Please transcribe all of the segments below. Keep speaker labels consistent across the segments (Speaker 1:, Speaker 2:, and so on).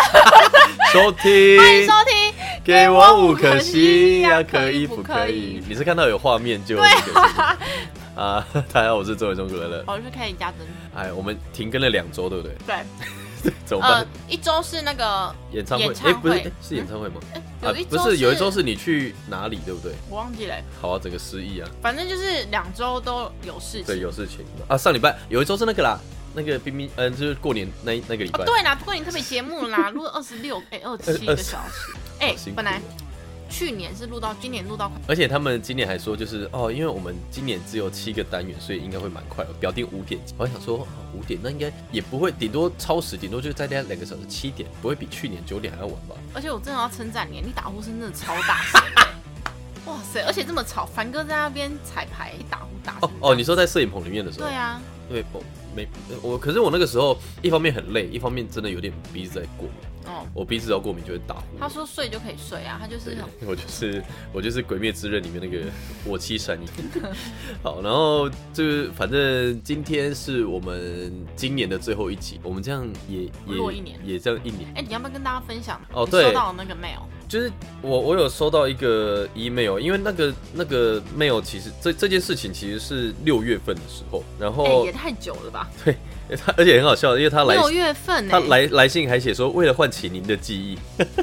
Speaker 1: 收听，
Speaker 2: 啊欢迎收听，
Speaker 1: 给我五颗星呀，可以不可以？？你是看到有画面就对啊， 大家好，我是周伟忠哥了。
Speaker 2: 我哦是可以加增，
Speaker 1: 哎，我们停更了两周，对不对？
Speaker 2: 对，
Speaker 1: 怎么办
Speaker 2: 呃？，一周是那个
Speaker 1: 演唱
Speaker 2: 演
Speaker 1: 会？
Speaker 2: 唱会
Speaker 1: 哎，不是，哎是演唱会吗？啊
Speaker 2: 有一周
Speaker 1: 不是，有一周是你去哪里，对不对？
Speaker 2: 我忘记了，
Speaker 1: 好啊，整个失忆啊，
Speaker 2: 反正就是两周都有事
Speaker 1: 对，
Speaker 2: 情。
Speaker 1: 有事情啊。上礼拜有一周是那个啦，那个冰冰，嗯，就是过年那一那个礼
Speaker 2: 哦，
Speaker 1: 拜，
Speaker 2: 对啦，不过你特别节目 啦，录了二十六哎二七个小时，哎
Speaker 1: 辛，苦
Speaker 2: 本来
Speaker 1: 了
Speaker 2: 去年是录到，今年录到快，
Speaker 1: 而且他们今年还说，就是哦，因为我们今年只有七个单元，所以应该会蛮快的，表定五点。我还想说，五、5点哦那应该也不会，顶多超时，顶多就再加两个小时，七点，不会比去年九点还要晚吧？
Speaker 2: 而且我真的要称赞你，你打呼声真的超大声 的，哇塞！而且这么吵，凡哥在那边彩排打呼打
Speaker 1: 哦
Speaker 2: 成
Speaker 1: 哦，你说在摄影棚里面的时
Speaker 2: 这
Speaker 1: 候，
Speaker 2: 啊样对啊，
Speaker 1: 对，我没我，可是我那个时候一方面很累，一方面真的有点鼻子在过敏，
Speaker 2: 哦，
Speaker 1: 我鼻子只要过敏就会打呼。
Speaker 2: 他说睡就可以睡啊，他就是
Speaker 1: 对
Speaker 2: 很，
Speaker 1: 我就是我就是《鬼灭之刃》里面那个火七 闪影。好，然后就是反正今天是我们今年的最后一集，我们这样也也
Speaker 2: 落一年
Speaker 1: 也这样一年。
Speaker 2: 哎，你要不要跟大家分享？
Speaker 1: 哦
Speaker 2: 你
Speaker 1: 对
Speaker 2: 收到那个 mail，
Speaker 1: 就是我我有收到一个 email，因为那个那个 mail 其实这这件事情其实是六月份的时候，然
Speaker 2: 哎，
Speaker 1: 后
Speaker 2: 也太久了吧？
Speaker 1: 他而且很好笑，因为哦他来
Speaker 2: 六月份哎呢、
Speaker 1: 他来来信还写说，为了唤起您的记忆，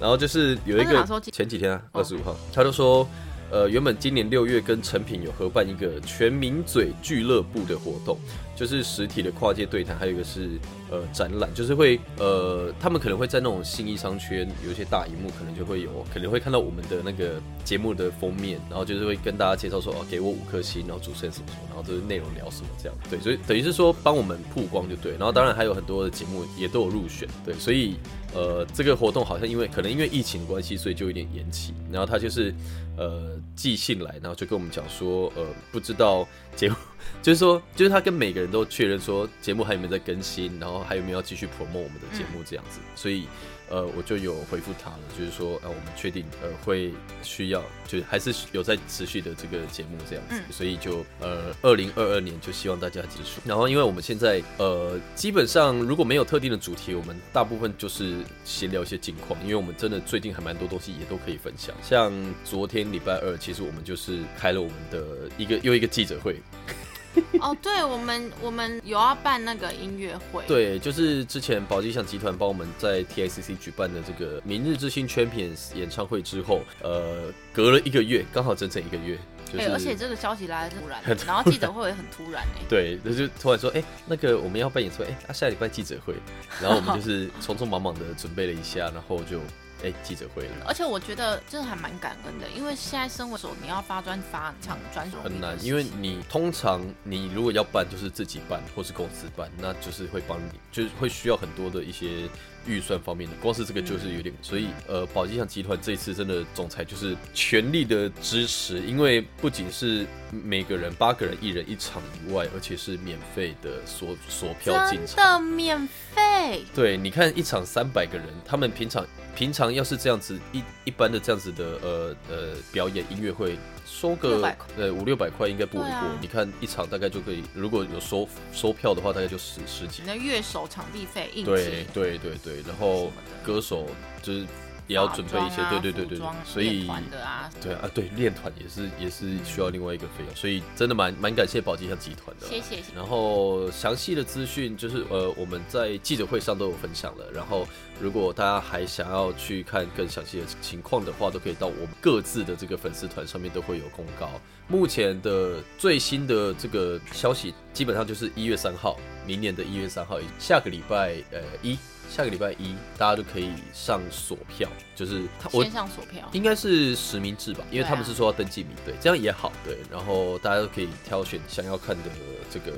Speaker 1: 然后就是有一
Speaker 2: 他是
Speaker 1: 个
Speaker 2: 哪时候寄
Speaker 1: 前几天啊，
Speaker 2: 哦
Speaker 1: 二十五号，他就说，呃，原本今年六月跟成品有合办一个全民嘴俱乐部的活动，就是实体的跨界对谈，还有一个是呃展览，就是会呃，他们可能会在那种新义商圈有一些大荧幕，可能就会有，可能会看到我们的那个节目的封面，然后就是会跟大家介绍说，哦，给我五颗星，然后主持人什么什么，然后就是内容聊什么这样，对，所以等于是说帮我们曝光就对，然后当然还有很多的节目也都有入选，对，所以呃，这个活动好像因为可能因为疫情关系，所以就有点延期。然后他就是呃寄信来，然后就跟我们讲说，呃，不知道节目，就是说，就是他跟每个人都确认说节目还有没有在更新，然后还有没有要继续 promote 我们的节目这样子。所以呃，我就有回复他了，就是说，呃，我们确定呃会需要，就是还是有在持续的这个节目这样子。
Speaker 2: 嗯
Speaker 1: 所以就呃，二零二二年就希望大家支持。然后，因为我们现在呃，基本上如果没有特定的主题，我们大部分就是闲聊一些近况，因为我们真的最近还蛮多东西也都可以分享。像昨天礼拜二，其实我们就是开了我们的一个又一个记者会，
Speaker 2: 哦，对，我们我们有要办那个音乐会，，
Speaker 1: 对，就是之前宝鸡象集团帮我们在 TICC 举办的这个《明日之星 Champions》演唱会之后，呃，隔了一个月，刚好整整一个月，就
Speaker 2: 哎、
Speaker 1: 是、
Speaker 2: 而且这个消息来的突然
Speaker 1: 很，突
Speaker 2: 然后记者会也很突然哎、
Speaker 1: 对，那就突然说，哎、那个我们要办演出，哎、啊，下礼拜记者会，然后我们就是 匆匆忙忙的准备了一下，然后就，哎、记者会了，
Speaker 2: 而且我觉得这还蛮感恩的，因为现在生活所你要发专发唱专属
Speaker 1: 很难，因为你通常你如果要办就是自己办或是公司办，那就是会帮你，就是会需要很多的一些预算方面的，光是这个就是有点，所以呃，宝鸡象集团这一次真的总裁就是全力的支持，因为不仅是每个人八个人一人一场以外，而且是免费的索索票进
Speaker 2: 真
Speaker 1: 场。
Speaker 2: 的免费，
Speaker 1: 对，你看一场三百个人，他们平常平常要是这样子一一般的这样子的呃呃表演音乐会，收
Speaker 2: 600
Speaker 1: 个
Speaker 2: 块
Speaker 1: 呃五六百块应该不为
Speaker 2: 对
Speaker 1: 过。
Speaker 2: 啊
Speaker 1: 你看一场大概就可以，如果有收收票的话，大概就十十几
Speaker 2: 你。的乐手场地费、应
Speaker 1: 对
Speaker 2: 景，
Speaker 1: 对对对，然
Speaker 2: 什
Speaker 1: 后
Speaker 2: 么的
Speaker 1: 歌手就是也要准备一
Speaker 2: 化
Speaker 1: 些，
Speaker 2: 妆啊
Speaker 1: 对对对对
Speaker 2: 服装啊
Speaker 1: 对，所以
Speaker 2: 练团的啊，嗯
Speaker 1: 对啊对练团也是也是需要另外一个费用，所以真的蛮蛮感谢宝鸡象集团的啦。啊
Speaker 2: 谢谢谢谢。
Speaker 1: 然后详细的资讯就是呃我们在记者会上都有分享了。然后如果大家还想要去看更详细的情况的话，都可以到我们各自的这个粉丝团上面都会有公告。目前的最新的这个消息，基本上就是一月三号，明年的一月三号，下个礼拜呃一，下个礼拜一大家就可以上锁票，就是他我
Speaker 2: 线上索票，
Speaker 1: 应该是实名制吧，因为他
Speaker 2: 啊
Speaker 1: 们是说要登记名，对，这样也好，对。然后大家都可以挑选想要看的这个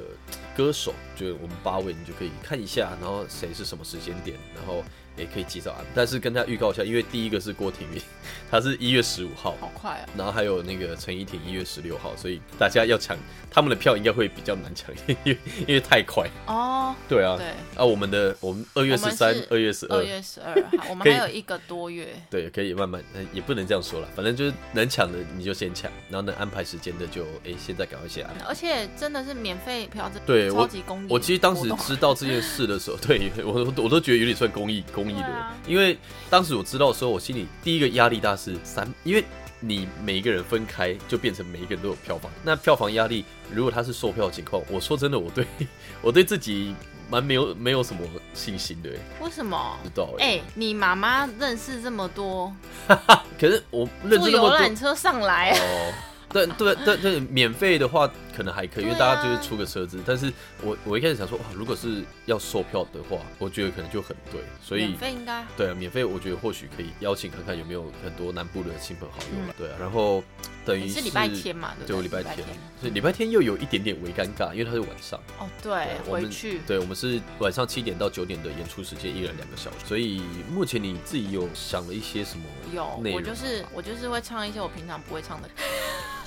Speaker 1: 歌手，就是我们八位，你就可以看一下，然后谁是什么时间点，然后也可以及早安排。但是跟大家预告一下，因为第一个是郭婷云， 他是一月十五号，
Speaker 2: 好快哦！
Speaker 1: 然后还有那个陈依婷一月十六号，所以大家要抢他们的票应该会比较难抢， 因为因为太快。
Speaker 2: 哦，
Speaker 1: 对啊，
Speaker 2: 对，
Speaker 1: 啊，我们的我们二月
Speaker 2: 我
Speaker 1: 十
Speaker 2: 们
Speaker 1: 三
Speaker 2: 是、
Speaker 1: 二月十
Speaker 2: 二
Speaker 1: 二，
Speaker 2: 月十二 号，我们
Speaker 1: 可以
Speaker 2: 还有一个多月。
Speaker 1: 对，可以慢慢，呃也不能这样说了，反正就是能抢的你就先抢，然后能安排时间的就，哎、现在赶快先安排。
Speaker 2: 而且真的是免费票，这
Speaker 1: 对
Speaker 2: 超
Speaker 1: 我
Speaker 2: 级公益活动。
Speaker 1: 我其实当时知道这件事的时候，对我我都觉得有点算公益公公益的
Speaker 2: 对
Speaker 1: 人，
Speaker 2: 啊
Speaker 1: 因为当时我知道的时候，我心里第一个压力大是三，因为你每一个人分开，就变成每一个人都有票房。那票房压力，如果他是售票情况，我说真的，我对 我对自己蛮没有没有什么信心的，不
Speaker 2: 为什么？
Speaker 1: 知道哎、
Speaker 2: 哎、你妈妈认识这么多，
Speaker 1: 可是我认
Speaker 2: 坐
Speaker 1: 真那
Speaker 2: 游
Speaker 1: 么多
Speaker 2: 览车上来，
Speaker 1: 哦。对对对对，免费的话可能还可以，因为
Speaker 2: 对啊
Speaker 1: 大家就是出个车子。但是我我一开始想说，哇，如果是要售票的话，我觉得可能就很对，所以
Speaker 2: 免费应该
Speaker 1: 对啊，免费我觉得或许可以邀请看看有没有很多南部的亲朋好友来。对啊，然后等于
Speaker 2: 嗯你是礼拜天嘛？
Speaker 1: 对，
Speaker 2: 对不对，
Speaker 1: 我礼拜天，所以礼拜天又有一点点微尴尬，因为它是晚上。
Speaker 2: 哦，对，
Speaker 1: 我
Speaker 2: 回
Speaker 1: 们
Speaker 2: 去
Speaker 1: 对，我们是晚上七点到九点的演出时间，一人两个小时。所以目前你自己有想了一些什么
Speaker 2: 有，
Speaker 1: 内容？
Speaker 2: 我就是我就是会唱一些我平常不会唱的歌。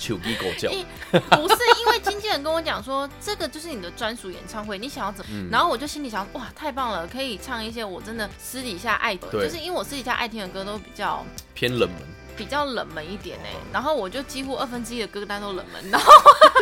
Speaker 1: 求鸡狗叫，
Speaker 2: 因不是因为经纪人跟我讲说，这个就是你的专属演唱会，你想要怎么？
Speaker 1: 嗯
Speaker 2: 然后我就心里想，哇，太棒了，可以唱一些我真的私底下爱，
Speaker 1: 对
Speaker 2: 就是因为我私底下爱听的歌都比较
Speaker 1: 偏冷门。
Speaker 2: 比较冷门一点哎、
Speaker 1: 哦
Speaker 2: 然后我就几乎二分之一的歌单都冷 门，然后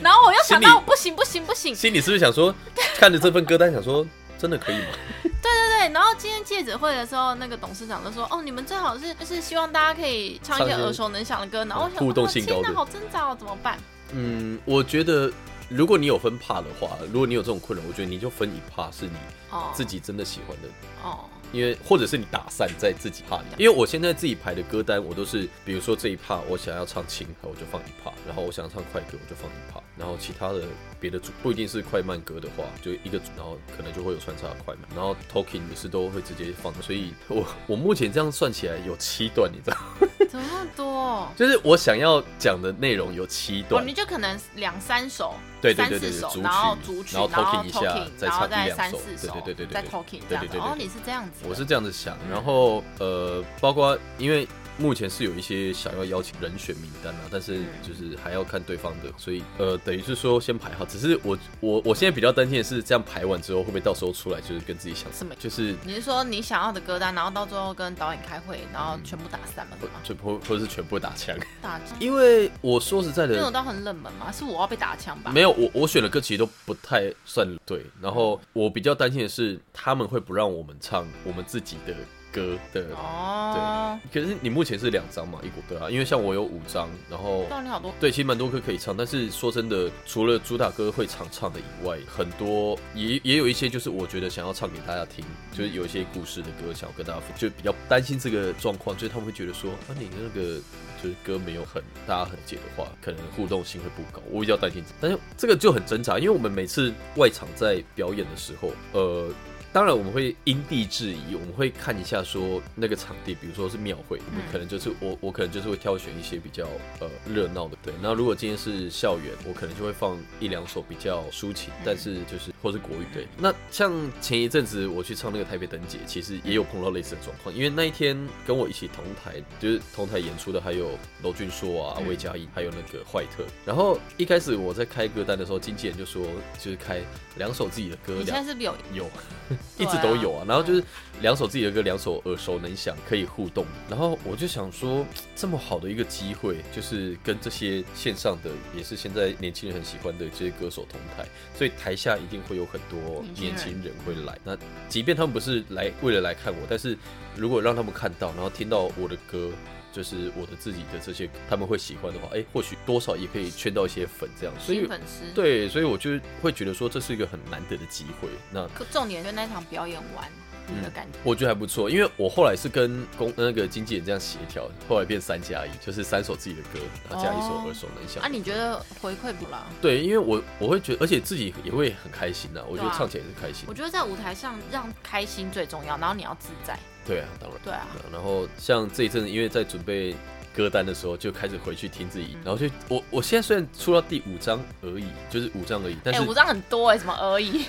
Speaker 2: 然后我又想
Speaker 1: 心
Speaker 2: 到
Speaker 1: 里
Speaker 2: 不行不行不行，
Speaker 1: 心里是不是想说，看着这份歌单想说，真的可以吗？
Speaker 2: 对，然后今天记者会的时候，那个董事长就说：“哦，你们最好是就是希望大家可以唱一些
Speaker 1: 唱一些
Speaker 2: 耳熟能详的歌。”然后我想，
Speaker 1: 互动性高的
Speaker 2: 哦天哪，好挣扎哦，怎么办？
Speaker 1: 嗯，我觉得如果你有分怕的话，如果你有这种困扰，我觉得你就分一怕是你
Speaker 2: 哦，
Speaker 1: 自己真的喜欢的，
Speaker 2: 哦，
Speaker 1: 因为或者是你打散在自己帕里。因为我现在自己排的歌单，我都是比如说这一帕我想要唱轻歌，我就放一帕；然后我想要唱快歌，我就放一帕；然后其他的别的组不一定是快慢歌的话，就一个组，然后可能就会有穿插的快慢。然后 talking 也是都会直接放，所以我我目前这样算起来有七段，你知道吗，
Speaker 2: 怎么那么多？
Speaker 1: 就是我想要讲的内容有七
Speaker 2: 哦，
Speaker 1: 段
Speaker 2: 你。就可能两三首，
Speaker 1: 对对
Speaker 2: 三
Speaker 1: 对对
Speaker 2: 四
Speaker 1: 对
Speaker 2: 首，
Speaker 1: 组
Speaker 2: 然后
Speaker 1: 曲
Speaker 2: 组曲，
Speaker 1: 然后 talking 一下
Speaker 2: talking，
Speaker 1: 再
Speaker 2: 然后
Speaker 1: 唱一
Speaker 2: 再
Speaker 1: 两
Speaker 2: 三
Speaker 1: 首
Speaker 2: 四
Speaker 1: 对
Speaker 2: 首，
Speaker 1: 对对对对
Speaker 2: 再
Speaker 1: 对
Speaker 2: talking 这
Speaker 1: 对
Speaker 2: 样子。
Speaker 1: 对对对
Speaker 2: 哦，
Speaker 1: 对
Speaker 2: 你是这样子的，
Speaker 1: 我是这样子想，然后呃，包括因为目前是有一些想要邀请人选名单啊，但是
Speaker 2: 嗯
Speaker 1: 就是还要看对方的，所以呃，等于是说先排好。只是我我我现在比较担心的是，这样排完之后会不会到时候出来就是跟自己想
Speaker 2: 什么
Speaker 1: 就是
Speaker 2: 你是说你想要的歌单，然后到最后跟导演开会，然后全部打散了，是吗？
Speaker 1: 呃全部或者是全部打 枪，
Speaker 2: 打枪，
Speaker 1: 因为我说实在
Speaker 2: 那种
Speaker 1: 的。
Speaker 2: 到很冷门吗？是我要被打枪吧？
Speaker 1: 没有，我我选的歌其实都不太算对，然后
Speaker 2: 嗯
Speaker 1: 我比较担心的是他们会不让我们唱我们自己的歌的
Speaker 2: 哦，
Speaker 1: 可是你目前是两张嘛，一国对啊，因为像我有五张，然后
Speaker 2: 到你好多
Speaker 1: 对，其实蛮多歌可以唱，但是说真的，除了主打歌会常唱的以外，很多也也有一些就是我觉得想要唱给大家听，就是有一些故事的歌想要跟大家分，就比较担心这个状况，就是他们会觉得说啊，你那个就是歌没有很大家很解的话，可能互动性会不高，我比较担心这个，但是这个就很挣扎，因为我们每次外场在表演的时候，呃。当然，我们会因地制宜，我们会看一下说那个场地，比如说是庙会，
Speaker 2: 嗯
Speaker 1: 我们可能就是我我可能就是会挑选一些比较呃热闹的，对。那如果今天是校园，我可能就会放一两首比较抒情，
Speaker 2: 嗯
Speaker 1: 但是就是或是国语，对。那像前一阵子我去唱那个台北灯节，其实也有碰到类似的状况，因为那一天跟我一起同台，就是同台演出的还有娄俊硕啊、
Speaker 2: 嗯
Speaker 1: 魏佳音，还有那个坏特。然后一开始我在开歌单的时候，经纪人就说就是开两首自己的歌，
Speaker 2: 你现
Speaker 1: 两
Speaker 2: 在是不是有？
Speaker 1: 有，
Speaker 2: 对
Speaker 1: 一
Speaker 2: 啊
Speaker 1: 直都有啊。然后就是两首自己的歌，两首耳熟能详，可以互动。然后我就想说，这么好的一个机会，就是跟这些线上的，也是现在年轻人很喜欢的这些歌手同台，所以台下一定会有很多
Speaker 2: 年轻人
Speaker 1: 年轻人会来。那即便他们不是来为了来看我，但是如果让他们看到，然后听到我的歌。就是我的自己的这些，他们会喜欢的话，哎、或许多少也可以圈到一些粉这样，所以
Speaker 2: 新粉丝。
Speaker 1: 对，所以我就会觉得说这是一个很难得的机会。那
Speaker 2: 可重点就那场表演完你的感觉。
Speaker 1: 我觉得还不错，因为我后来是跟公呃那个经纪人这样协调，后来变三加一，就是三首自己的歌，然后加一首
Speaker 2: 哦
Speaker 1: 耳熟能详。
Speaker 2: 啊，你觉得回馈不啦？
Speaker 1: 对，因为我我会觉得，而且自己也会很开心呐、我觉得
Speaker 2: 对啊
Speaker 1: 唱起来也是开心
Speaker 2: 我。觉得在舞台上让开心最重要，然后你要自在。
Speaker 1: 对啊，当然。
Speaker 2: 对啊，
Speaker 1: 然后像这一阵，因为在准备歌单的时候，就开始回去听自己，
Speaker 2: 嗯
Speaker 1: 然后就我我现在虽然出到第五章而已，就是五章而已，但
Speaker 2: 哎、
Speaker 1: 是
Speaker 2: 五张很多哎、什么而已。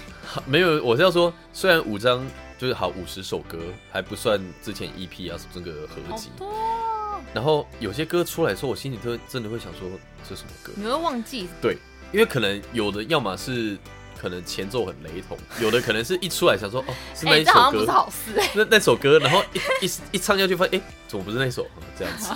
Speaker 1: 没有，我是要说，虽然五张就是好五十首歌，还不算之前 EP 啊整个合
Speaker 2: 好
Speaker 1: 集，
Speaker 2: 多哦、
Speaker 1: 然后有些歌出来的时候，我心里都真的会想说，这什么歌？
Speaker 2: 你会忘记
Speaker 1: 对，因为可能有的要么是可能前奏很雷同，有的可能是一出来想说哦是
Speaker 2: 哎、
Speaker 1: 那一
Speaker 2: 这
Speaker 1: 首
Speaker 2: 好像不
Speaker 1: 歌，
Speaker 2: 是好事哎、
Speaker 1: 那那首歌，然后一一一唱下去发现哎、怎么不是那首？这样子，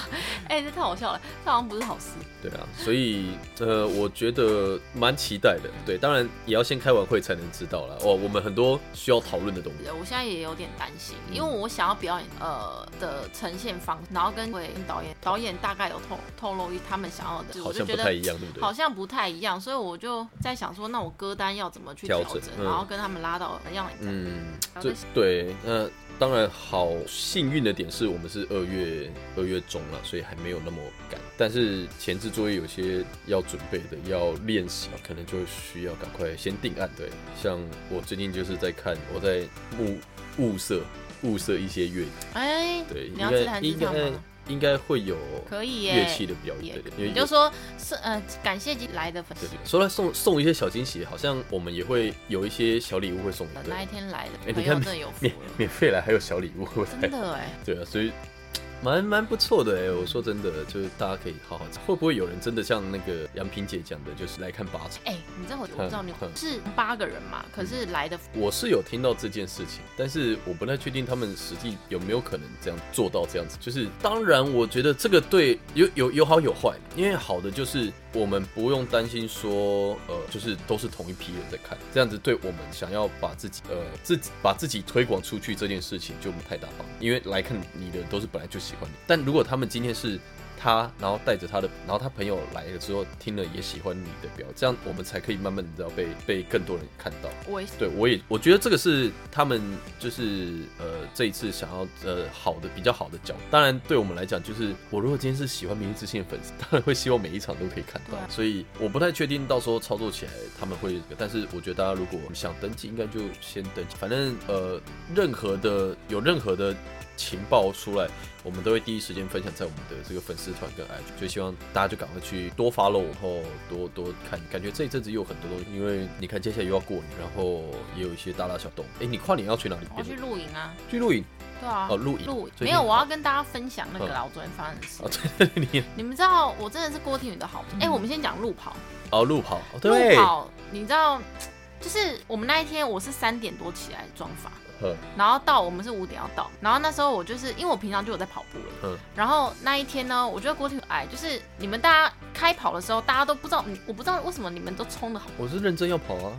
Speaker 2: 哎、这太好笑了，这好像不是好事。
Speaker 1: 对啊，所以呃，我觉得蛮期待的。对，当然也要先开完会才能知道啦。哦，我们很多需要讨论的东西。
Speaker 2: 对呃我现在也有点担心，
Speaker 1: 嗯
Speaker 2: 因为我想要表演呃的呈现方，然后跟跟导演导演大概有透透露一他们想要的，
Speaker 1: 好
Speaker 2: 我就
Speaker 1: 像
Speaker 2: 觉
Speaker 1: 不太
Speaker 2: 得
Speaker 1: 一样，对不对
Speaker 2: 好？像不太一样，所以我就在想说，那我歌单要怎么去
Speaker 1: 调
Speaker 2: 调
Speaker 1: 整
Speaker 2: 整，
Speaker 1: 嗯
Speaker 2: 然后跟他们拉到一样一样。
Speaker 1: 嗯，
Speaker 2: 好
Speaker 1: 这
Speaker 2: 的
Speaker 1: 对，那当然好幸运的点是我们是二月二月中了，所以还没有那么赶。但是前置作业有些要准备的，要练习，可能就需要赶快先定案。对，像我最近就是在看，我在物物色物色一些乐器，
Speaker 2: 哎、
Speaker 1: 对，
Speaker 2: 你
Speaker 1: 应
Speaker 2: 要自
Speaker 1: 该
Speaker 2: 弹
Speaker 1: 应
Speaker 2: 自唱
Speaker 1: 该
Speaker 2: 吗？
Speaker 1: 应该会有
Speaker 2: 可以耶，
Speaker 1: 乐器的表
Speaker 2: 也
Speaker 1: 演，对
Speaker 2: 可以
Speaker 1: 因为
Speaker 2: 你就说是呃，感谢来的粉丝
Speaker 1: 对，说到送送一些小惊喜，好像我们也会有一些小礼物会送
Speaker 2: 呃
Speaker 1: 你，
Speaker 2: 那一
Speaker 1: 对，
Speaker 2: 天来
Speaker 1: 哎
Speaker 2: 的朋
Speaker 1: 你看
Speaker 2: 友真的有福
Speaker 1: 免
Speaker 2: 了，
Speaker 1: 免费来还有小礼物，我才
Speaker 2: 真的哎，
Speaker 1: 对啊，所以蛮蛮不错的哎、我说真的，就是大家可以好好。会不会有人真的像那个杨萍姐讲的，就是来看八场？
Speaker 2: 哎、你知道我我知道 你
Speaker 1: 嗯嗯
Speaker 2: 是八个人
Speaker 1: 嗯
Speaker 2: 嘛，可是来的
Speaker 1: 我是有听到这件事情，但是我不太确定他们实际有没有可能这样做到这样子。就是当然，我觉得这个对有有有好有坏，因为好的就是我们不用担心说，呃，就是都是同一批人在看，这样子对我们想要把自己呃自己把自己推广出去这件事情就不太大帮，因为来看你的人都是本来就喜欢你。但如果他们今天是他，然后带着他的，然后他朋友来了之后听了也喜欢你的表演，这样我们才可以慢慢你知道被被更多人看到。
Speaker 2: 我也
Speaker 1: 对我也我觉得这个是他们就是呃这一次想要呃好的比较好的角度。当然对我们来讲，就是我如果今天是喜欢明日之星的粉丝， 当然会希望每一场都可以看到
Speaker 2: 对啊。
Speaker 1: 所以我不太确定到时候操作起来他们会，但是我觉得大家如果想登记，应该就先登记。反正呃任何的有任何的。情报出来，我们都会第一时间分享在我们的这个粉丝团跟 IG，就希望大家就赶快去多 follow，然后多多看。感觉这一阵子又有很多东西，因为你看接下来又要过年，然后也有一些大大小动。哎、你跨年要去哪里？
Speaker 2: 我要去露营啊，
Speaker 1: 去露营
Speaker 2: 对啊，
Speaker 1: 哦，露营
Speaker 2: 露营
Speaker 1: 最近
Speaker 2: 没有，我要跟大家分享那个啦，
Speaker 1: 嗯
Speaker 2: 我昨天发生的事
Speaker 1: 哦，。 对，你
Speaker 2: 你们知道我真的是郭婷宇的好朋友。哎、我们先讲路跑，
Speaker 1: 哦路跑，哦
Speaker 2: 路
Speaker 1: 嗯对，
Speaker 2: 跑，你知道，就是我们那一天我是三点多起来装法，
Speaker 1: 嗯
Speaker 2: 然后到我们是五点要到，然后那时候我就是因为我平常就有在跑步了，
Speaker 1: 嗯
Speaker 2: 然后那一天呢，我觉得郭婷宇哎，就是你们大家开跑的时候，大家都不知道，你我不知道为什么你们都冲的好。
Speaker 1: 我是认真要跑 啊，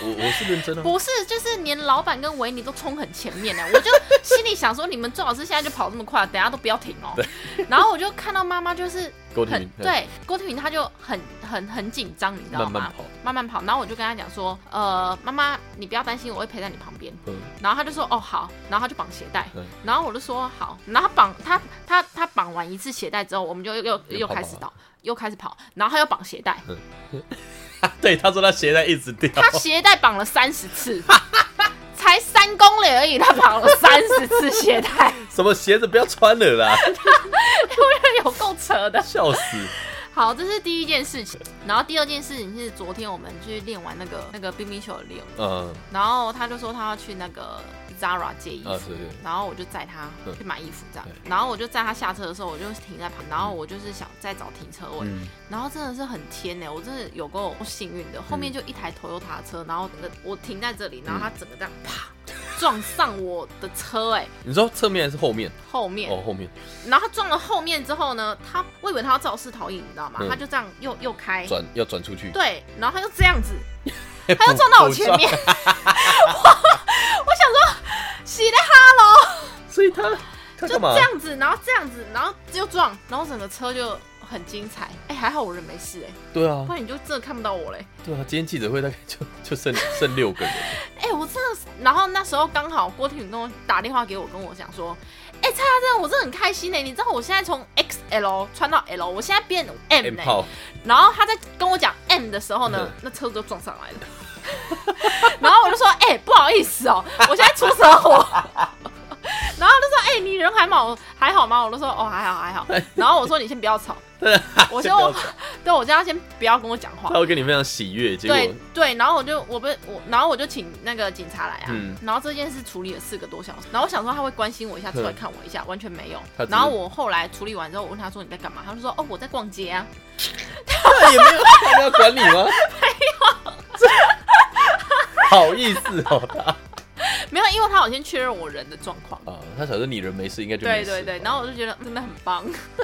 Speaker 1: 我我是认真啊，
Speaker 2: 不是，就是连老板跟维尼都冲很前面呢、啊我 就心里想说，你们最好是现在就跑这么快，等下都不要停哦、然后我就看到妈妈就是
Speaker 1: 郭婷
Speaker 2: 很
Speaker 1: 婷，
Speaker 2: 对郭婷婷，她就很很很紧张，你知道
Speaker 1: 慢
Speaker 2: 吗？
Speaker 1: 慢跑，
Speaker 2: 慢慢跑，然后我就跟她讲说，呃，妈妈你不要担心，我会陪在你旁边。
Speaker 1: 嗯，
Speaker 2: 然后她就说，哦好，然后她就绑鞋带
Speaker 1: 嗯，
Speaker 2: 然后我就说好，然后她绑她她她绑完一次鞋带之后，我们就又又
Speaker 1: 又
Speaker 2: 又
Speaker 1: 跑
Speaker 2: 开
Speaker 1: 跑
Speaker 2: 始
Speaker 1: 了
Speaker 2: 倒，又开始跑，然后她又绑鞋带，
Speaker 1: 对，他说他鞋带一直掉，
Speaker 2: 他鞋带绑了三十次， 才三公里而已，他绑了三十次鞋带，
Speaker 1: 什么鞋子不要穿了啦，
Speaker 2: 有够扯的。
Speaker 1: 笑死。
Speaker 2: 好，这是第一件事情，然后第二件事情是昨天我们去练完那个那个冰冰球的练舞，
Speaker 1: 嗯
Speaker 2: 然后他就说他要去那个 Zara 借衣服。
Speaker 1: 啊，对对，
Speaker 2: 然后我就载他
Speaker 1: 嗯
Speaker 2: 去买衣服，这样
Speaker 1: 对。
Speaker 2: 然后我就载他下车的时候，我就停在旁，然后我就是想再找停车位，
Speaker 1: 嗯，
Speaker 2: 然后真的是很天呢、欸我真的有够幸运的，后面就一台 Toyota 车，然后呃我停在这里，然后它整个这样啪撞上我的车哎、
Speaker 1: 你说侧面还是后面？
Speaker 2: 后面，
Speaker 1: 哦，后面
Speaker 2: 然后它撞了后面之后呢，它我以为它要肇事逃逸，你知道吗
Speaker 1: 嗯？
Speaker 2: 它就这样又又开，
Speaker 1: 转要转出去，
Speaker 2: 对，然后它就这样子， 它又撞到我前面， 我我想说洗的
Speaker 1: 所以他他
Speaker 2: 就
Speaker 1: 干嘛
Speaker 2: 这？样子，然后这样子，然后就撞，然后整个车就很精彩，哎、还好我人没事哎、
Speaker 1: 对啊
Speaker 2: 不，然你就真的看不到我嘞。
Speaker 1: 对啊，今天记者会大概就 就剩剩六个人，
Speaker 2: 哎、我真的是，然后那时候刚好郭婷跟我打电话给我，跟我讲说，哎、蔡佳真的，我真的很开心呢、你知道我现在从 XL 穿到 L，我现在变 M
Speaker 1: 骗
Speaker 2: 呢、
Speaker 1: 炮，
Speaker 2: 然后他在跟我讲 M 的时候呢
Speaker 1: 嗯，
Speaker 2: 那车子就撞上来了。 然后我就说，哎、不好意思哦、我现在出车祸。 然后他就说，哎、你人还好还好吗？我就说，哦，还好还好。然后我说，你先不要吵，我说我
Speaker 1: 啊先不要吵，
Speaker 2: 对我叫他先不要跟我讲话
Speaker 1: 他。会跟你分享喜悦，结
Speaker 2: 对
Speaker 1: 果
Speaker 2: 对，然后我就我被我，然后我就请那个警察来啊，
Speaker 1: 嗯
Speaker 2: 然后这件事处理了四个多小时，然后我想说他会关心我一下，出来看我一下，完全没有
Speaker 1: 他只。是
Speaker 2: 然后我后来处理完之后，我问他说你在干嘛，他就说哦我在逛街啊，
Speaker 1: 那也没有他们要管你 吗？没有，好意思哦，他
Speaker 2: 没有，因为他好像确认我人的状况，
Speaker 1: 哦 啊，他想说你人没事，应该就没
Speaker 2: 对
Speaker 1: 事。
Speaker 2: 对对，然后我就觉得嗯真的很棒。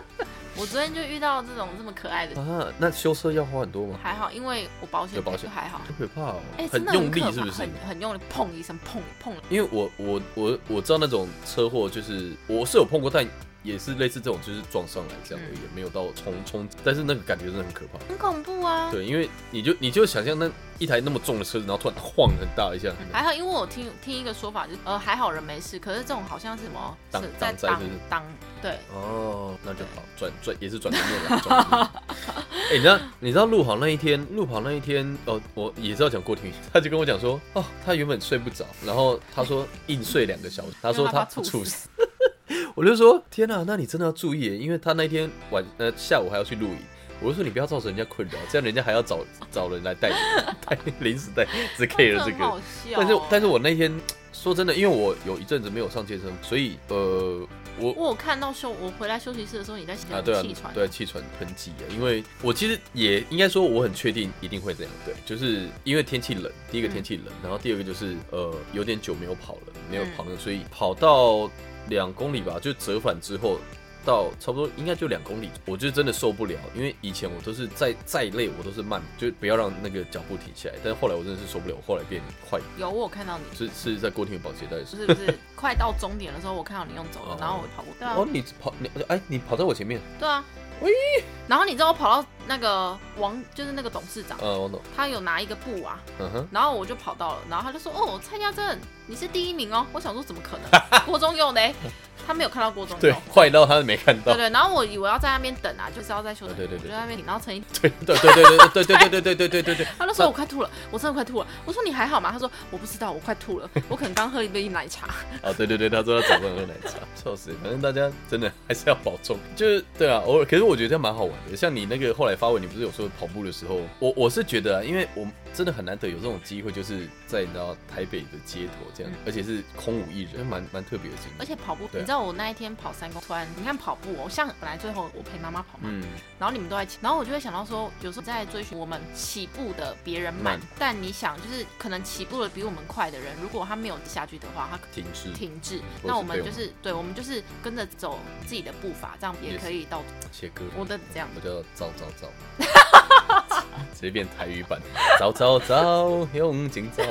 Speaker 2: 我昨天就遇到这种这么可爱的，
Speaker 1: 啊，那修车要花很多吗？
Speaker 2: 还好，因为我保险
Speaker 1: 有保
Speaker 2: 赔
Speaker 1: 险
Speaker 2: 就还好。
Speaker 1: 好可怕哦，
Speaker 2: 哎、真的
Speaker 1: 用
Speaker 2: 可
Speaker 1: 力
Speaker 2: 怕，
Speaker 1: 是不是
Speaker 2: 很？很用力，砰一声，砰砰。
Speaker 1: 因为我我我我知道那种车祸就是我是有碰过，但也是类似这种，就是撞上来这样而
Speaker 2: 嗯
Speaker 1: 已，也没有到冲冲，但是那个感觉真的很可怕。
Speaker 2: 很恐怖啊！
Speaker 1: 对，因为你就你就想象那一台那么重的车子，然后突然晃很大一下，
Speaker 2: 还好，因为我听听一个说法，就是呃还好人没事，可是这种好像是什么
Speaker 1: 挡
Speaker 2: 是在
Speaker 1: 挡灾
Speaker 2: 挡
Speaker 1: 是不是
Speaker 2: 挡对，啊
Speaker 1: 哦，那就好，转转也是转个面了。转个面哎、你知道你知道路跑那一天，路跑那一天，哦，我也是要讲郭婷，他就跟我讲说，哦，他原本睡不着，然后他说硬睡两个小时，他说
Speaker 2: 因为他
Speaker 1: 他
Speaker 2: 怕猝
Speaker 1: 猝死。我就说天哪、那你真的要注意耶，因为他那天晚呃下午还要去露营，我就说你不要造成人家困扰，这样人家还要找找人来带你 带临时带，只
Speaker 2: 哦
Speaker 1: K
Speaker 2: 这
Speaker 1: 了这
Speaker 2: 很
Speaker 1: 个。
Speaker 2: 好笑哦。
Speaker 1: 但是但是我那天说真的，因为我有一阵子没有上健身，所以呃我
Speaker 2: 我有看到休我回来休息室的时候，你在洗
Speaker 1: 啊，对啊
Speaker 2: 气喘，，
Speaker 1: 对啊，气喘很急啊。因为我其实也应该说，我很确定一定会这样。对，就是因为天气冷，第一个
Speaker 2: 嗯
Speaker 1: 天气冷，然后第二个就是呃，有点久没有跑了，没有
Speaker 2: 嗯
Speaker 1: 跑了，所以跑到两公里吧，就折返之后。到差不多应该就两公里，我就真的受不了，因为以前我都是再再累我都是慢，就不要让那个脚步停下来。但是后来我真的是受不了，我后来变快，
Speaker 2: 有我有看到你，
Speaker 1: 是是在郭婷的保洁袋
Speaker 2: 不
Speaker 1: 是。
Speaker 2: 是不 是，快到终点的时候，我看到你用走
Speaker 1: 哦
Speaker 2: 了，然后我跑过，对啊
Speaker 1: 哦，你跑你哎，你跑在我前面，
Speaker 2: 对啊
Speaker 1: 喂，
Speaker 2: 然后你知道我跑到那个王，就是那个董事长，
Speaker 1: 呃，我懂，
Speaker 2: 他有拿一个布啊，
Speaker 1: 嗯哼，
Speaker 2: 然后我就跑到了，然后他就说：“哦，蔡家珍，你是第一名哦。”我想说怎么可 能？郭忠佑呢？欸他没有看到郭忠佑。
Speaker 1: 对，快到他没看到
Speaker 2: 对。对，然后我以为要在那边等啊，就是要在休整，
Speaker 1: 对对
Speaker 2: 我
Speaker 1: 对
Speaker 2: 就在那边领，然后陈一，
Speaker 1: 对对对对对对对对对对对对对
Speaker 2: 他就说我快吐了，我真的快吐了。我说你还好吗？他说我不知道，我快吐了，我可能刚喝一杯奶茶。
Speaker 1: 啊！对对对，他说他早上喝奶茶，笑死！反正大家真的还是要保重，就是对啊，偶尔。可是我觉得这样蛮好玩的，像你那个后来发文，你不是有说跑步的时候，我我是觉得啊，因为我真的很难得有这种机会，就是在你知道台北的街头这样，而且是空无一人，蛮蛮特别的经历。
Speaker 2: 嗯而且跑步，
Speaker 1: 对啊
Speaker 2: 你知道我那一天跑三公，突然你看跑步哦，我像本来最后我陪妈妈跑嘛，
Speaker 1: 嗯，
Speaker 2: 然后你们都在骑，然后我就会想到说，有时候在追寻我们起步的别人慢，
Speaker 1: 慢
Speaker 2: 但你想，就是可能起步的比我们快的人，如果他没有下去的话，他可
Speaker 1: 停滞
Speaker 2: 能停滞。那
Speaker 1: 或是
Speaker 2: 我们
Speaker 1: 被我
Speaker 2: 就
Speaker 1: 们
Speaker 2: 是对，我们就是跟着走自己的步伐，这样也
Speaker 1: Yes
Speaker 2: 可以到
Speaker 1: 切歌，
Speaker 2: 我的这样。
Speaker 1: 我叫早早早。 直接变台语版，早早早，用劲 早，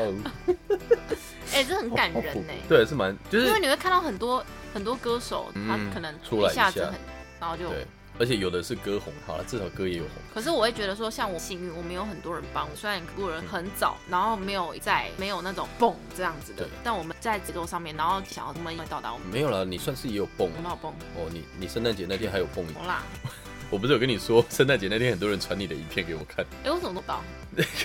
Speaker 2: 哎、这很感人呢、
Speaker 1: 对，是蛮就是
Speaker 2: 因为你会看到很多很多歌手，他
Speaker 1: 嗯
Speaker 2: 可能
Speaker 1: 出来一
Speaker 2: 下子
Speaker 1: 下
Speaker 2: 很，然后就。
Speaker 1: 对，而且有的是歌红，好了，至少歌也有红。
Speaker 2: 可是我会觉得说，像我幸运，我们有很多人帮我，虽然路人很早，然后没有在没有那种蹦这样子的
Speaker 1: 嗯对，
Speaker 2: 但我们在节奏上面，然后想要我们也会到达我们
Speaker 1: 没有啦，你算是也有蹦
Speaker 2: 我们有蹦。
Speaker 1: 哦。你你圣诞节那天还有蹦，
Speaker 2: 红啦，
Speaker 1: 我不是有跟你说，圣诞节那天很多人传你的影片给我看，
Speaker 2: 哎、我怎么都不知道？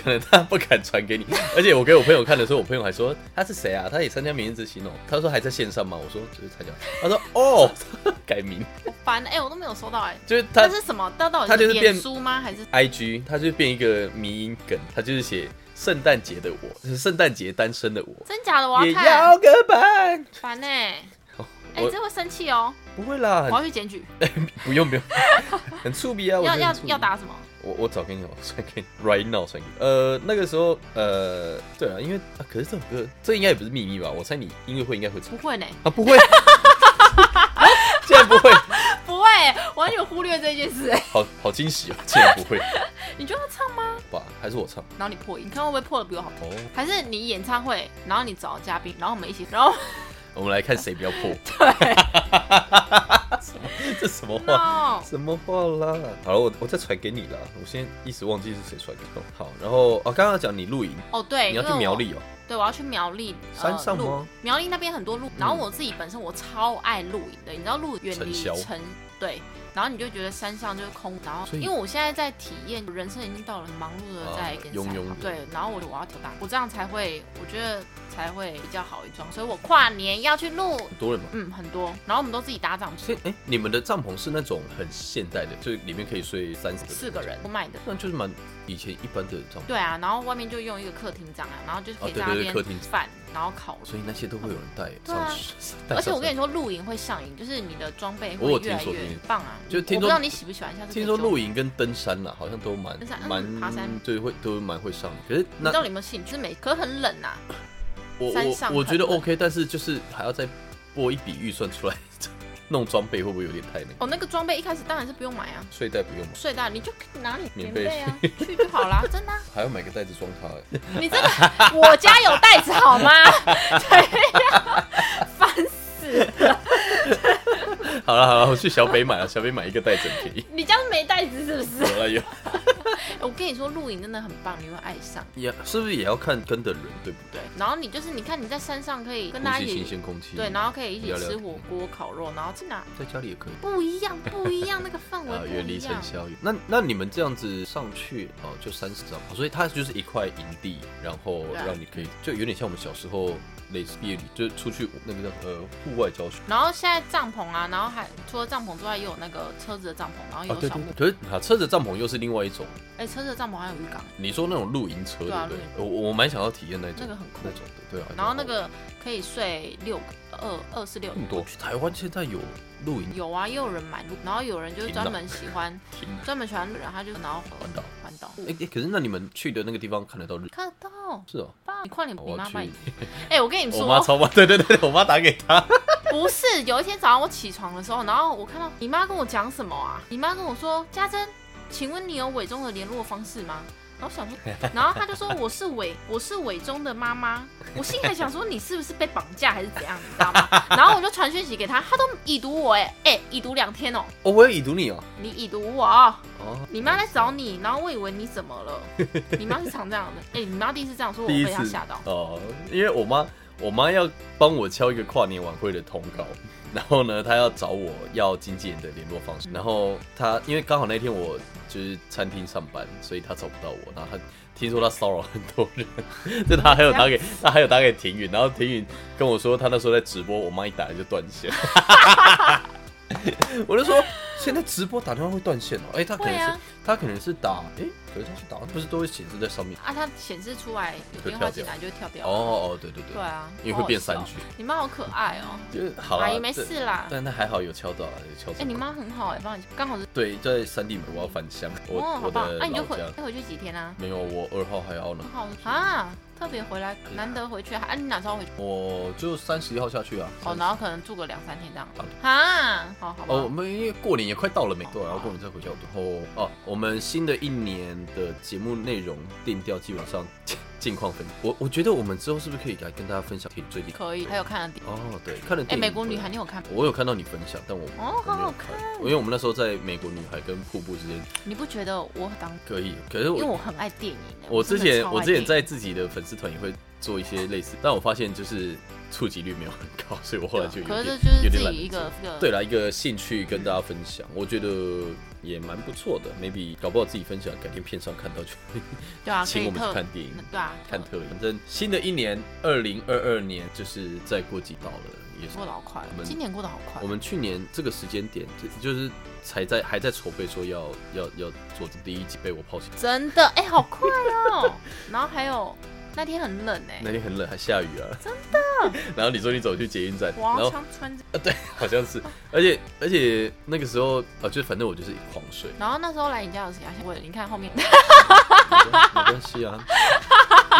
Speaker 1: 可能他不敢传给你。而且我给我朋友看的时候，我朋友还说他是谁啊？他也参加明日之星哦。他说还在线上吗？我说就是参加。他说哦， 改名，
Speaker 2: 好烦，哎、我都没有收到、哎，
Speaker 1: 就是他
Speaker 2: 这是什么？到到
Speaker 1: 他
Speaker 2: 底
Speaker 1: 就是
Speaker 2: 是
Speaker 1: 变
Speaker 2: 脸书吗？还是
Speaker 1: IG，他就变一个迷音梗，他就是写圣诞节的我，就是圣诞节单身的我，
Speaker 2: 真假的？我
Speaker 1: 也
Speaker 2: 要看，
Speaker 1: 要个伴。
Speaker 2: 烦哎、哎、
Speaker 1: 我
Speaker 2: 这会生气哦，
Speaker 1: 不会啦，
Speaker 2: 我要去检举，
Speaker 1: 不用不 用，很触鼻啊！我
Speaker 2: 要
Speaker 1: 觉得
Speaker 2: 要
Speaker 1: 很触鼻
Speaker 2: 要打什么？
Speaker 1: 我我找给 你，我传给你，right now 传给你。呃，那个时候，呃，对啊，因为啊，可是这首歌，这应该也不是秘密吧？我猜你音乐会应该会唱
Speaker 2: 不会呢、
Speaker 1: 啊，不会， 竟然不会，
Speaker 2: 不会、完全忽略这件事、哎，
Speaker 1: 好好惊喜哦，竟然不会
Speaker 2: 你就要唱吗？
Speaker 1: 吧？还是我唱？
Speaker 2: 然后你破音，你看会不会破的比我好听？
Speaker 1: 哦，
Speaker 2: 还是你演唱会，然后你找嘉宾，然后我们一起，然 后
Speaker 1: 我们来看谁比较破，
Speaker 2: 对
Speaker 1: 这什么话？
Speaker 2: ，no，
Speaker 1: 什么话啦？好了，我我再传给你啦。我现在一时忘记是谁传给我。好，然后哦，刚刚讲你露营，
Speaker 2: 哦对，
Speaker 1: 你要
Speaker 2: 因为
Speaker 1: 去
Speaker 2: 我
Speaker 1: 苗，栗哦，
Speaker 2: 对，我要去苗栗
Speaker 1: 山上吗嗯
Speaker 2: 路苗栗那边很多路，然后我自己本身我超爱露营的，你知道露远离
Speaker 1: 尘嚣
Speaker 2: 城，对，然后你就觉得山上就是空，然后
Speaker 1: 所以
Speaker 2: 因为我现在在体验人生已经到了忙碌的在
Speaker 1: 啊
Speaker 2: 跟
Speaker 1: 庸
Speaker 2: 山
Speaker 1: 庸
Speaker 2: 跑
Speaker 1: 的
Speaker 2: 对，然后我我要挑大，我这样才会，我觉得才会比较好一桩，所以我跨年要去露，
Speaker 1: 很多人嘛。
Speaker 2: 嗯，很多，然后我们都自己搭帐篷，
Speaker 1: 所以，哎、你们的帐篷是那种很现代的，就是里面可以睡三十
Speaker 2: 四个人我买的。
Speaker 1: 那就是蛮以前一般的帐篷，
Speaker 2: 对啊，然后外面就用一个客厅帐啊，然后就是可以
Speaker 1: 哦对
Speaker 2: 在那
Speaker 1: 对对
Speaker 2: 边
Speaker 1: 客厅
Speaker 2: 饭，然后烤肉。
Speaker 1: 所以那些都会有人带
Speaker 2: 对啊
Speaker 1: 上去。 带
Speaker 2: 而且我跟你
Speaker 1: 你
Speaker 2: 说，露营会上瘾，就是你的装备
Speaker 1: 我
Speaker 2: 会
Speaker 1: 有
Speaker 2: 越来
Speaker 1: 听说听
Speaker 2: 越
Speaker 1: 说
Speaker 2: 棒啊。
Speaker 1: 就听
Speaker 2: 我不
Speaker 1: 说
Speaker 2: 知道你喜不喜欢，下次可以
Speaker 1: 听说
Speaker 2: 教我
Speaker 1: 露，营跟登山啦、好像都蛮
Speaker 2: 登山嗯爬山
Speaker 1: 蛮对，会都蛮会上瘾。可是
Speaker 2: 你知
Speaker 1: 那
Speaker 2: 道你有没有兴趣？就是每可是很冷啊，
Speaker 1: 我
Speaker 2: 山上
Speaker 1: 我我觉得
Speaker 2: 很冷
Speaker 1: OK，但是就是还要再拨一笔预算出来弄装备，会不会有点太那个？
Speaker 2: 哦，那个装备一开始当然是不用买啊，
Speaker 1: 睡袋不用吗？
Speaker 2: 睡袋你就拿你棉
Speaker 1: 棉
Speaker 2: 被
Speaker 1: 被
Speaker 2: 啊，去就好啦，真的啊、
Speaker 1: 还要买个袋子装它、欸？
Speaker 2: 你这个我家有袋子好吗？ 对呀、烦死了！
Speaker 1: 好了好了，我去小北买了，小北买一个袋子很便宜。
Speaker 2: 你这样没袋子是不是？
Speaker 1: 有了有，
Speaker 2: 我跟你说，露营真的很棒，你会爱上。
Speaker 1: 也是不是也要看跟的人对不对？
Speaker 2: 然后你就是，你看你在山上可以跟大家
Speaker 1: 呼吸
Speaker 2: 一
Speaker 1: 新
Speaker 2: 起，
Speaker 1: 鲜空气。
Speaker 2: 对，然后可以一起
Speaker 1: 聊聊
Speaker 2: 吃
Speaker 1: 天
Speaker 2: 火锅、烤肉，然后去哪
Speaker 1: 在家里也可以。
Speaker 2: 不一样，不一样，那个范围
Speaker 1: 啊，远
Speaker 2: 不一
Speaker 1: 离
Speaker 2: 样
Speaker 1: 尘。嚣。那那你们这样子上去哦，就三十张，所以它就是一块营地，然后
Speaker 2: 对啊
Speaker 1: 让你可以，就有点像我们小时候类似毕业旅，就是出去那个叫呃户外教学。
Speaker 2: 然后现在帐篷啊，然后还除了帐篷之外，也有那个车子的帐篷，然后也
Speaker 1: 啊，
Speaker 2: 有
Speaker 1: 对
Speaker 2: 小
Speaker 1: 对
Speaker 2: 木，
Speaker 1: 对，可是啊，车子帐篷又是另外一种。
Speaker 2: 哎，车子的帐篷还有浴缸，
Speaker 1: 你说那种露营车，
Speaker 2: 对啊
Speaker 1: 对不对？我我蛮想要体验那种，
Speaker 2: 那个很酷
Speaker 1: 那种的，对啊。
Speaker 2: 然后那个可以睡六个二二十六
Speaker 1: 更多，台湾现在有露营
Speaker 2: 有啊，也有人买露，然后有人就是
Speaker 1: 挺老
Speaker 2: 专门喜欢
Speaker 1: 厅，
Speaker 2: 专门喜欢人，他就然后
Speaker 1: 环岛
Speaker 2: 环岛
Speaker 1: 哎、哎可是那你们去的那个地方看得到日？
Speaker 2: 看得到。
Speaker 1: 是哦，
Speaker 2: 爸，你快点，你
Speaker 1: 我要
Speaker 2: 妈
Speaker 1: 去
Speaker 2: 卖 你！哎、我跟你
Speaker 1: 我妈
Speaker 2: 说，
Speaker 1: 超 忙，对对对，我妈打给她，
Speaker 2: 不是有一天早上我起床的时候，然后我看到你妈跟我讲什么啊？你妈跟我说，家珍，请问你有伟忠的联络方式吗？然后我想 说，然后她就说我是伟，我是伟忠的妈妈。我心里还想说，你是不是被绑架还是怎样，你知道吗？然后我就传讯息给她，她都已读我、哎、哎，已读两天哦、
Speaker 1: 哦，我有已读你哦，
Speaker 2: 你已读我哦、
Speaker 1: 哦，
Speaker 2: 你妈在找你，然后我以为你怎么了，你妈是常这样的。哎、你妈第一次这样说，我
Speaker 1: 第一
Speaker 2: 被她
Speaker 1: 次
Speaker 2: 吓到。
Speaker 1: 哦，因为我妈我妈要帮我敲一个跨年晚会的通告，然后呢，她要找我要经纪人的联络方式，然后她因为刚好那天我就是餐厅上班，所以她找不到我，然后她。听说她骚扰很多人，就她还有打给她还有打给婷允，然后婷允跟我说她那时候在直播，我妈一打就断线， 我就说现在直播打电话会断线哦、哎、她可能
Speaker 2: 会
Speaker 1: 是、
Speaker 2: 啊
Speaker 1: 她可能是打哎、可是她是打不是都会显示在上面
Speaker 2: 啊，它显示出来有电话进来就会跳掉。
Speaker 1: 哦哦对对对
Speaker 2: 对啊，
Speaker 1: 因为会变
Speaker 2: 好
Speaker 1: 三
Speaker 2: 好笑
Speaker 1: G。
Speaker 2: 你妈好可爱哦、
Speaker 1: 就是好啦
Speaker 2: 阿姨没事啦
Speaker 1: 但但那还好有敲到啦，有敲到。
Speaker 2: 哎、你妈很好哎、帮你刚好是
Speaker 1: 对，在三地门我要返乡，我、
Speaker 2: 哦，好
Speaker 1: 我
Speaker 2: 棒。
Speaker 1: 的
Speaker 2: 那、你就
Speaker 1: 老
Speaker 2: 回
Speaker 1: 家。
Speaker 2: 再回去几天啊？
Speaker 1: 没有，我二号还要呢
Speaker 2: 很。好啊，特别回来，难得回去啊！你哪时候回去？
Speaker 1: 我就三十一号下去啊。
Speaker 2: 哦，然后可能住个两三天这样
Speaker 1: 好。
Speaker 2: 啊，好好吧。
Speaker 1: 哦，我们因为过年也快到了没？对啊，
Speaker 2: 好
Speaker 1: 然后过年再回家。然后哦，我们新的一年的节目内容定调基本上 近况分。我我觉得我们之后是不是可以来跟大家分享挺最近？
Speaker 2: 可以，还有看的电影。
Speaker 1: 哦，对，看了
Speaker 2: 哎、
Speaker 1: 电影。
Speaker 2: 美国女孩你有看吗？
Speaker 1: 我有看到你分享，但我
Speaker 2: 哦
Speaker 1: 我
Speaker 2: 好
Speaker 1: 没
Speaker 2: 好
Speaker 1: 有看，因为我们那时候在美国女孩跟瀑布之间
Speaker 2: 你不觉得我很当？
Speaker 1: 可以，可是
Speaker 2: 因为
Speaker 1: 我
Speaker 2: 我很爱电影欸、
Speaker 1: 我
Speaker 2: 真
Speaker 1: 之
Speaker 2: 的
Speaker 1: 前
Speaker 2: 超爱
Speaker 1: 我之前
Speaker 2: 电影
Speaker 1: 在自己的粉丝团也会做一些类似，但我发现就是触及率没有很高，所以我后来就有
Speaker 2: 啊可是
Speaker 1: 点
Speaker 2: 这就是
Speaker 1: 有
Speaker 2: 自
Speaker 1: 点懒
Speaker 2: 己
Speaker 1: 得
Speaker 2: 一个
Speaker 1: 做。
Speaker 2: 一个
Speaker 1: 对啦，一个兴趣跟大家分享，我觉得也蛮不错的。maybe 搞不好自己分享，改天片上看到就
Speaker 2: 对啊，可
Speaker 1: 请
Speaker 2: 以
Speaker 1: 我们去
Speaker 2: 特
Speaker 1: 看电影、
Speaker 2: 对啊，
Speaker 1: 看
Speaker 2: 特
Speaker 1: 特映。反正新的一年二零二二年就是再过几道了，也是
Speaker 2: 过得好快
Speaker 1: 我，们
Speaker 2: 今年过得好快
Speaker 1: 我。们去年这个时间点就就是才在还在筹备说要要要做第一集，被我抛弃。
Speaker 2: 真的，哎、好快 哦！然后还有那天很冷哎、
Speaker 1: 那天很冷，还下雨啊，真的。 然后你说你走去捷运站，
Speaker 2: 我好
Speaker 1: 然
Speaker 2: 像
Speaker 1: 后啊
Speaker 2: 常穿着。，
Speaker 1: 好像是，而且而且那个时候啊，就反正我就是狂睡
Speaker 2: 然后那时候来你家有谁啊？我你看后 面，
Speaker 1: 没关系啊。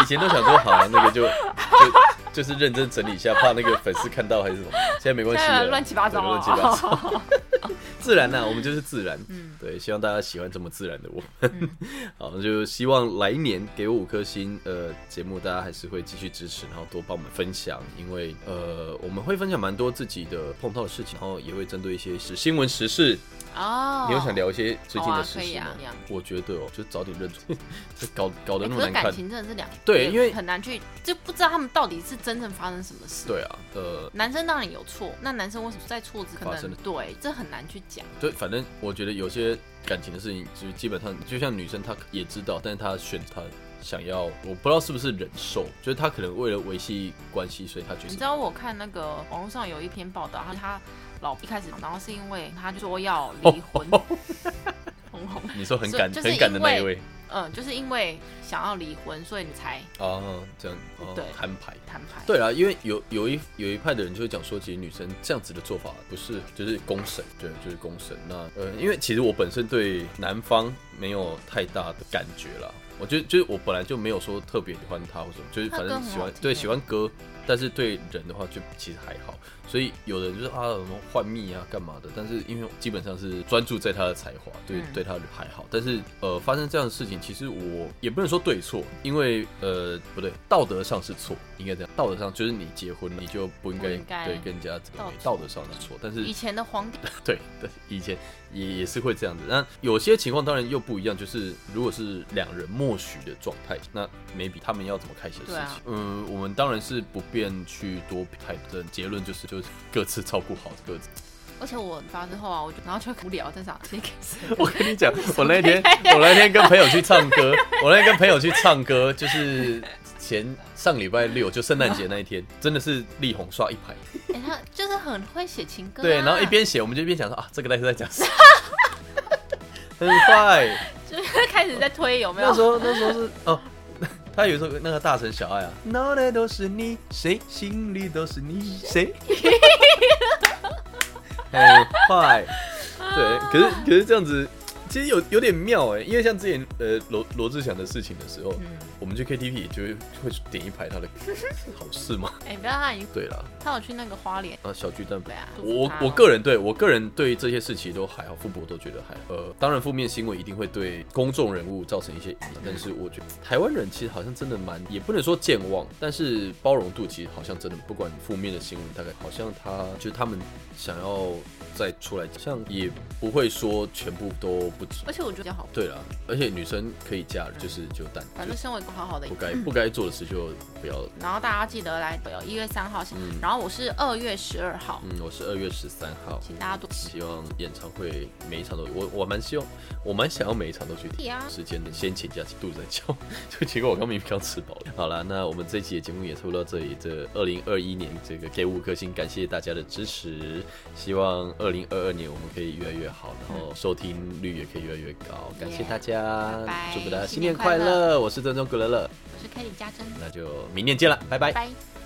Speaker 1: 以前都想说好、啊，那个就就就是认真整理一下，怕那个粉丝看到还是什么。现在没关系
Speaker 2: 现在
Speaker 1: 了，
Speaker 2: 乱七八糟
Speaker 1: 对
Speaker 2: 啊
Speaker 1: 乱七八糟。 自然呐、我们就是自然。
Speaker 2: 嗯
Speaker 1: 对，希望大家喜欢这么自然的我。
Speaker 2: 嗯
Speaker 1: 好，就希望来年给我五颗星，呃，节目大家还是会继续支持，然后多帮我们分享，因为呃，我们会分享蛮多自己的碰到的事情，然后也会针对一些时新闻时事，
Speaker 2: 哦，
Speaker 1: 你有想聊一些最近的事
Speaker 2: 好啊可以
Speaker 1: 情
Speaker 2: 啊
Speaker 1: 吗？
Speaker 2: 一样
Speaker 1: 我觉得哦、就早点认错，这搞搞得
Speaker 2: 哎？可
Speaker 1: 那么
Speaker 2: 是
Speaker 1: 难
Speaker 2: 感
Speaker 1: 看。
Speaker 2: 情真的是两
Speaker 1: 对
Speaker 2: 也
Speaker 1: 因为
Speaker 2: 很难去就不知道他们到底是真正发生什么事。，
Speaker 1: 对啊，呃，
Speaker 2: 男生当然有错，那男生为什么在错字可
Speaker 1: 发生
Speaker 2: 能
Speaker 1: 了
Speaker 2: 对，这很难去讲。
Speaker 1: 对，反正我觉得有些感情的事情，就基本上就像女生，她也知道，但是她选她想要，我不知道是不是忍受，就是她可能为了维系关系，所以她决
Speaker 2: 你
Speaker 1: 定
Speaker 2: 知。道我看那个网络上有一篇报道，他他老一开始，然后是因为他就说要离 婚，很红，
Speaker 1: 你说很
Speaker 2: 是
Speaker 1: 感、
Speaker 2: 就是
Speaker 1: 很感的那一
Speaker 2: 因为
Speaker 1: 位
Speaker 2: 嗯，就是因为想要离婚，所以你才
Speaker 1: 哦，这样哦
Speaker 2: 对
Speaker 1: 摊牌。
Speaker 2: 摊牌。
Speaker 1: 对啊，因为有有一有一派的人就会讲说，其实女生这样子的做法不是就是公审，对，就是公审。那呃，因为其实我本身对男方没有太大的感觉啦，我就就是我本来就没有说特别喜欢他或什么，就是反
Speaker 2: 他
Speaker 1: 正
Speaker 2: 歌很
Speaker 1: 喜
Speaker 2: 好
Speaker 1: 欢
Speaker 2: 听
Speaker 1: 对
Speaker 2: 耶
Speaker 1: 喜欢歌，但是对人的话就其实还好。所以有人就是啊什么幻灭啊干嘛的，但是因为基本上是专注在他的才华，对、
Speaker 2: 嗯
Speaker 1: 对他还好。但是呃发生这样的事情，其实我也不能说对错，因为呃不对，道德上是错，应该这样，道德上就是你结婚你就不应该
Speaker 2: 不应该
Speaker 1: 对跟人家怎么
Speaker 2: 道
Speaker 1: 样
Speaker 2: 歉
Speaker 1: 道德上是错，但是
Speaker 2: 以前的皇帝，
Speaker 1: 对对，以前也也是会这样子。那有些情况当然又不一样，就是如果是两人默许的状态，那 maybe 他们要怎么开心的事
Speaker 2: 对
Speaker 1: 情？
Speaker 2: 啊
Speaker 1: 嗯，我们当然是不便去多谈论，结论就是就是各自照顾好各自。
Speaker 2: 而且我发之后啊，我就然后就无聊在想，先给谁？
Speaker 1: 我跟你讲，我 那天我那天跟朋友去唱歌，我那天跟朋友去唱歌，就是前上礼拜六就圣诞节那一天，真的是力宏刷一排，
Speaker 2: 哎，他就是很会写情歌啊，
Speaker 1: 对，然后一边写我们就一边想说啊，这个到底是在讲什么？ 很快。
Speaker 2: 就是开始在推有没
Speaker 1: 那时
Speaker 2: 有？
Speaker 1: 候那时候是哦， 他有时候那个大城小爱啊，脑袋都是你，谁心里都是你， 谁。很坏，对，可是可是这样子，其实有有点妙哎，因为像之前呃罗罗志祥的事情的时候，
Speaker 2: 嗯，
Speaker 1: 我们去 KTV 也就会会点一排他的好事嘛。
Speaker 2: 哎，不要他已经
Speaker 1: 对啦，
Speaker 2: 他有去那个花莲，
Speaker 1: 啊，小巨蛋
Speaker 2: 对啊
Speaker 1: 我
Speaker 2: 他
Speaker 1: 我个人对我个人对这些事情都还好，富博都觉得还好呃，当然负面新闻一定会对公众人物造成一些影响，但是我觉得台湾人其实好像真的蛮，也不能说健忘，但是包容度其实好像真的不管负面的新闻，大概好像他就是他们想要再出来，像也不会说全部都不止。
Speaker 2: 而且我觉得比较好，
Speaker 1: 对了，而且女生可以嫁，就是就淡，
Speaker 2: 反
Speaker 1: 就
Speaker 2: 正嗯身为一个好好的
Speaker 1: 不。该不该做的事就不要。
Speaker 2: 然后大家记得来，有一月三号，
Speaker 1: 嗯
Speaker 2: 然后我是二月十二号，
Speaker 1: 嗯，我是二月十三号。
Speaker 2: 请大家多
Speaker 1: 希望演唱会每一场都有，我我蛮希望，我蛮想要每一场都去听。
Speaker 2: 对啊
Speaker 1: 时间先请假，肚子在叫， 就结果我刚明明刚吃饱了。好啦，那我们这期的节目也差不多到这里。这二零二一年这个给五颗星，感谢大家的支持。希望二零二二年我们可以越来越好，然后收听率也可以越来越高。感谢大家
Speaker 2: Yeah，拜拜
Speaker 1: 祝福大家新
Speaker 2: 新
Speaker 1: 年
Speaker 2: 年
Speaker 1: 快
Speaker 2: 快乐
Speaker 1: 乐！我是珍珍古乐乐，
Speaker 2: 我是 Kelly 家珍，
Speaker 1: 那就明年见了，拜拜。
Speaker 2: 拜。